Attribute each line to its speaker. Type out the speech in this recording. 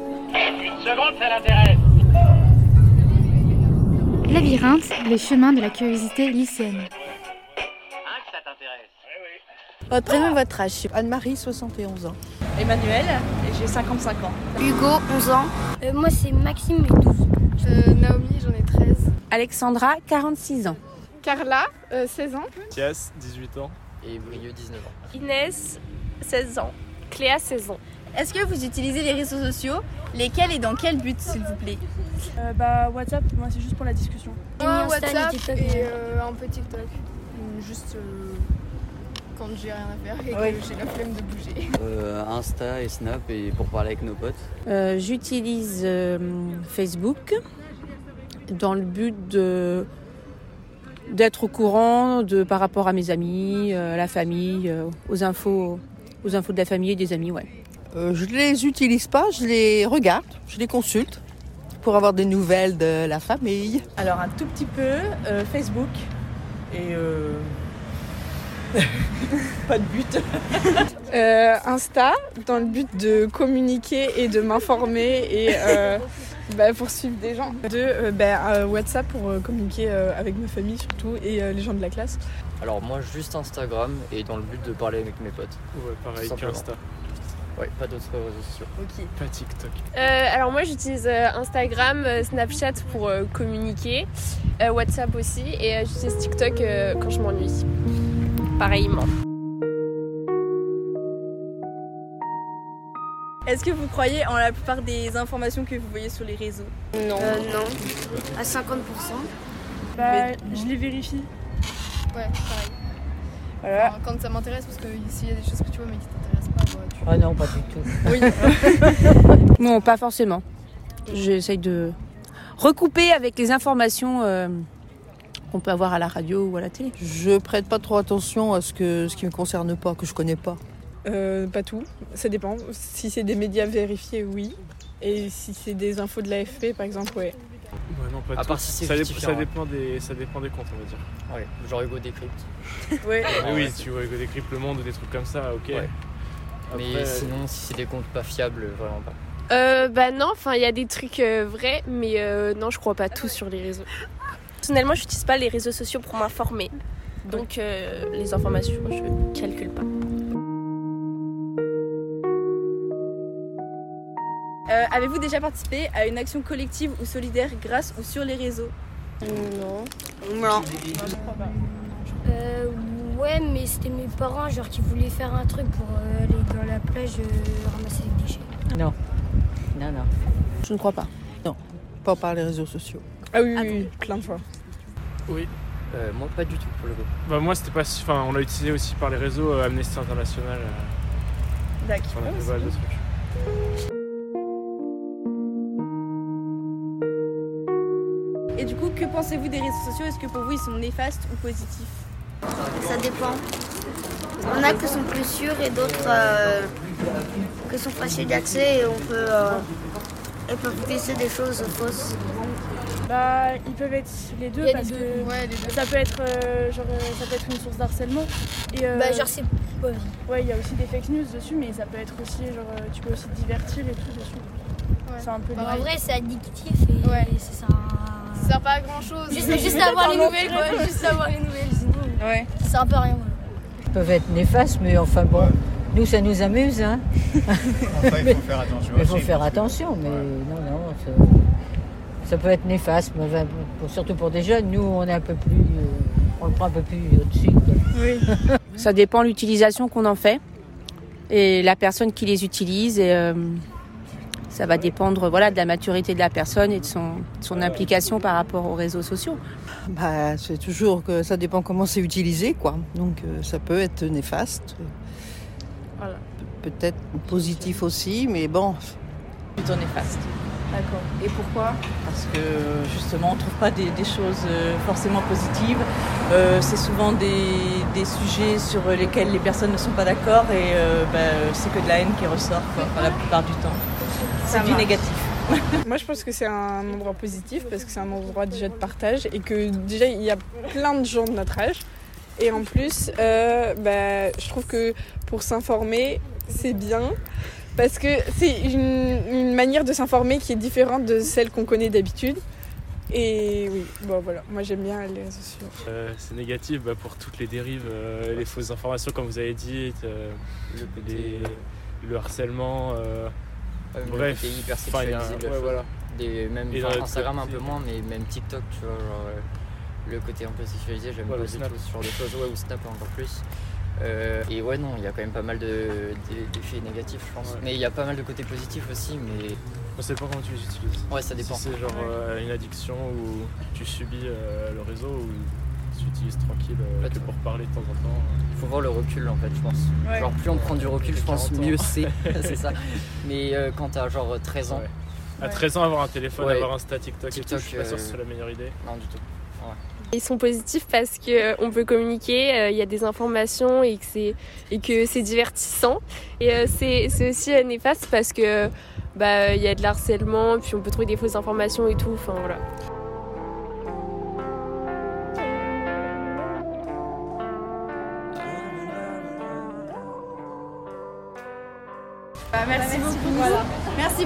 Speaker 1: Une seconde, ça l'intéresse.
Speaker 2: Labyrinthe, les chemins de la curiosité lycéenne.
Speaker 1: Hein, que ça t'intéresse
Speaker 3: Votre prénom et votre âge. Je suis Anne-Marie, 71 ans.
Speaker 4: Emmanuel et j'ai 55 ans.
Speaker 5: Hugo, 11 ans.
Speaker 6: Euh, moi, c'est Maxime, j'ai 12.
Speaker 7: Euh, Naomi, j'en ai 13.
Speaker 8: Alexandra, 46 ans.
Speaker 7: Carla, euh, 16 ans.
Speaker 9: Mathias, 18 ans.
Speaker 10: Et Brieux, 19 ans.
Speaker 11: Inès, 16 ans.
Speaker 12: Cléa, 16 ans.
Speaker 13: Est-ce que vous utilisez les réseaux sociaux Lesquels et dans quel but, s'il vous plaît
Speaker 14: euh, Bah, WhatsApp, moi, c'est juste pour la discussion.
Speaker 7: Moi, WhatsApp et, euh, un peu TikTok. Juste euh, quand j'ai rien à faire et
Speaker 3: Ouais.
Speaker 7: que j'ai la flemme de bouger.
Speaker 10: Euh, Insta et Snap et pour parler avec nos potes.
Speaker 8: Euh, J'utilise euh, Facebook dans le but de d'être au courant de par rapport à mes amis, euh, la famille, euh, aux infos, aux infos de la famille et des amis, ouais.
Speaker 3: Euh, je les utilise pas, je les regarde, je les consulte pour avoir des nouvelles de la famille.
Speaker 4: Alors un tout petit peu euh, Facebook et euh, pas de but.
Speaker 7: Euh, Insta, dans le but de communiquer et de m'informer et euh, bah, pour suivre des gens. De euh, bah, euh, WhatsApp pour euh, communiquer euh, avec ma famille surtout et euh, les gens de la classe.
Speaker 10: Alors moi juste Instagram et dans le but de parler avec mes potes.
Speaker 9: Ouais, pareil
Speaker 10: Tout simplement.
Speaker 9: qu'Insta.
Speaker 10: Ouais, pas d'autres réseaux sociaux.
Speaker 13: Ok.
Speaker 9: Pas TikTok.
Speaker 12: Euh, alors moi j'utilise euh, Instagram, euh, Snapchat pour euh, communiquer, euh, WhatsApp aussi et euh, j'utilise TikTok euh, quand je m'ennuie. Pareillement.
Speaker 13: Est-ce que vous croyez en la plupart des informations que vous voyez sur les réseaux
Speaker 12: Non.
Speaker 6: Euh, non, à 50%.
Speaker 14: Bah, je les vérifie.
Speaker 7: Ouais, pareil.
Speaker 14: Voilà.
Speaker 7: Enfin, quand ça m'intéresse, parce que s'il y a des choses que tu vois mais qui t'intéressent pas, bah, tu...
Speaker 4: Ah non, pas du tout.
Speaker 8: Non, pas forcément. J'essaye de recouper avec les informations euh, qu'on peut avoir à la radio ou à la télé.
Speaker 3: Je prête pas trop attention à ce, que, ce qui me concerne pas, que je connais pas.
Speaker 7: Euh, pas tout, ça dépend. Si c'est des médias vérifiés, oui. Et si c'est des infos de l'AFP, par exemple, ouais.
Speaker 9: Ouais, non, pas
Speaker 10: À
Speaker 9: tout.
Speaker 10: part si c'est
Speaker 9: ça, dé-
Speaker 10: justifiant,
Speaker 9: ça
Speaker 10: hein.
Speaker 9: dépend des, ça dépend des comptes, on va dire.
Speaker 10: Ouais. Genre Hugo décrypte.
Speaker 4: Ouais.
Speaker 9: Mais
Speaker 10: Ouais,
Speaker 9: oui,
Speaker 10: ouais,
Speaker 9: tu vois, Hugo décrypte le monde ou des trucs comme ça, ok.
Speaker 10: Ouais. Mais
Speaker 9: Après,
Speaker 10: sinon si c'est des comptes pas fiables, vraiment pas.
Speaker 12: Euh, bah non, enfin il y a des trucs euh, vrais mais euh, non je crois pas tout sur les réseaux.
Speaker 11: Personnellement, j'utilise pas les réseaux sociaux pour m'informer. Donc euh, les informations, je calcule pas.
Speaker 13: Euh, Avez-vous déjà participé à une action collective ou solidaire grâce ou sur les réseaux
Speaker 7: Euh,
Speaker 6: Non.
Speaker 5: Non.
Speaker 6: Euh, ouais, mais c'était mes parents, genre, qui voulaient faire un truc pour euh, aller dans la plage euh, ramasser les déchets.
Speaker 4: Non, non.
Speaker 8: Je ne crois pas.
Speaker 3: Pas par les réseaux sociaux.
Speaker 7: Ah oui, oui, oui, plein de fois.
Speaker 10: Euh, moi pas du tout pour le coup.
Speaker 9: Bah moi c'était pas si- enfin on l'a utilisé aussi par les réseaux euh, Amnesty International euh,
Speaker 13: D'accord.
Speaker 9: on a fait pas mal de trucs.
Speaker 13: Et du coup, que pensez-vous des réseaux sociaux Est-ce que pour vous ils sont néfastes ou positifs
Speaker 5: Ça dépend. On a qui sont plus sûrs et d'autres euh, que sont faciles d'accès et on peut, euh, elles peuvent laisser des choses fausses.
Speaker 14: Bah, ils peuvent être les deux
Speaker 6: Il y a
Speaker 14: parce
Speaker 6: les
Speaker 14: que
Speaker 7: Ouais, les deux.
Speaker 14: ça peut être euh, genre, euh, ça peut être une source d'harcèlement. Et euh,
Speaker 6: Bah, genre, c'est. ouais.
Speaker 14: ouais, il y a aussi des fake news dessus, mais ça peut être aussi genre euh, tu peux aussi te divertir et tout dessus. C'est un peu.
Speaker 6: Bah, en
Speaker 14: lié.
Speaker 6: vrai, c'est addictif et
Speaker 7: Ouais.
Speaker 6: c'est ça.
Speaker 7: Ça sert pas à grand chose.
Speaker 6: Juste, juste avoir les nouvelles, quoi. Juste avoir les nouvelles, sinon.
Speaker 13: Ouais.
Speaker 6: Ça sert un peu à rien, voilà.
Speaker 15: Ils peuvent être néfastes, mais enfin bon, nous ça nous amuse, hein.
Speaker 16: il faut faire attention.
Speaker 15: Il faut faire attention, mais non, non, ça- ça, peut être néfaste, mais enfin, pour- surtout pour des jeunes. Nous, on est un peu plus, euh, on le prend un peu plus au-dessus. quoi.
Speaker 8: Ça dépend l'utilisation qu'on en fait et la personne qui les utilise et euh, ça va dépendre voilà de la maturité de la personne et de son, de son implication par rapport aux réseaux sociaux.
Speaker 3: Bah, c'est toujours que ça dépend comment c'est utilisé, quoi. Donc, euh, ça peut être néfaste.
Speaker 4: Voilà.
Speaker 3: Pe- Peut-être positif aussi, mais bon,
Speaker 4: Plutôt néfaste.
Speaker 3: D'accord.
Speaker 4: Et pourquoi Parce que justement, on trouve pas des, des choses euh, forcément positives. Euh, c'est souvent des, des sujets sur lesquels les personnes ne sont pas d'accord et euh, bah, euh, c'est que de la haine qui ressort quoi, enfin, la plupart du temps. C'est du négatif.
Speaker 7: Moi, je pense que c'est un endroit positif parce que c'est un endroit déjà de partage et que déjà il y a plein de gens de notre âge. Et en plus, euh, bah, je trouve que pour s'informer, c'est bien. parce que c'est une, une manière de s'informer qui est différente de celle qu'on connaît d'habitude. Et oui, bon voilà, moi j'aime bien les réseaux sociaux.
Speaker 9: Euh, c'est négatif bah, pour toutes les dérives, euh, les fausses informations comme vous avez dit, euh, les- le harcèlement. euh,
Speaker 10: Bref,
Speaker 9: bref,
Speaker 10: c'est hyper
Speaker 9: enfin, il y a un-
Speaker 10: sexualisé.
Speaker 9: ouais, voilà.
Speaker 10: même,
Speaker 9: Et
Speaker 10: enfin,
Speaker 9: dans-
Speaker 10: Instagram un peu moins, mais même TikTok, tu vois, genre, euh, le côté un peu sexualisé, j'aime
Speaker 9: Ouais,
Speaker 10: pas
Speaker 9: le
Speaker 10: du
Speaker 9: Snap.
Speaker 10: tout ce genre de choses, ouais, ou Snap encore plus. Euh, et ouais, non, il y a quand même pas mal de- d'e- d'effets négatifs, je pense.
Speaker 9: Ouais.
Speaker 10: Mais il y a pas mal de côtés positifs aussi, mais.
Speaker 9: On sait pas comment tu les utilises.
Speaker 10: Ouais, ça dépend.
Speaker 9: Si c'est genre euh, une addiction où tu subis euh, le réseau ou tu utilises tranquille euh, que pour parler de temps en temps. euh.
Speaker 10: faut voir le recul en fait, je pense.
Speaker 9: Ouais.
Speaker 10: Genre, plus on prend du recul, je pense,
Speaker 9: 40 ans.
Speaker 10: mieux c'est. c'est ça. Mais euh, quand t'as genre 13 ans.
Speaker 9: À 13 ans, avoir un téléphone,
Speaker 10: Ouais.
Speaker 9: avoir un stat TikTok, et tout, je suis pas sûr que
Speaker 10: euh,
Speaker 9: c'est la meilleure idée.
Speaker 10: Non, du tout. Ouais.
Speaker 12: Ils sont positifs parce que euh, on peut communiquer, euh, il y a des informations et que c'est et que c'est divertissant. Et euh, c'est c'est aussi euh, néfaste parce que bah euh, il y a de l'harcèlement, puis on peut trouver des fausses informations et tout. Enfin voilà.
Speaker 13: Bah, merci, beaucoup. Voilà. Merci.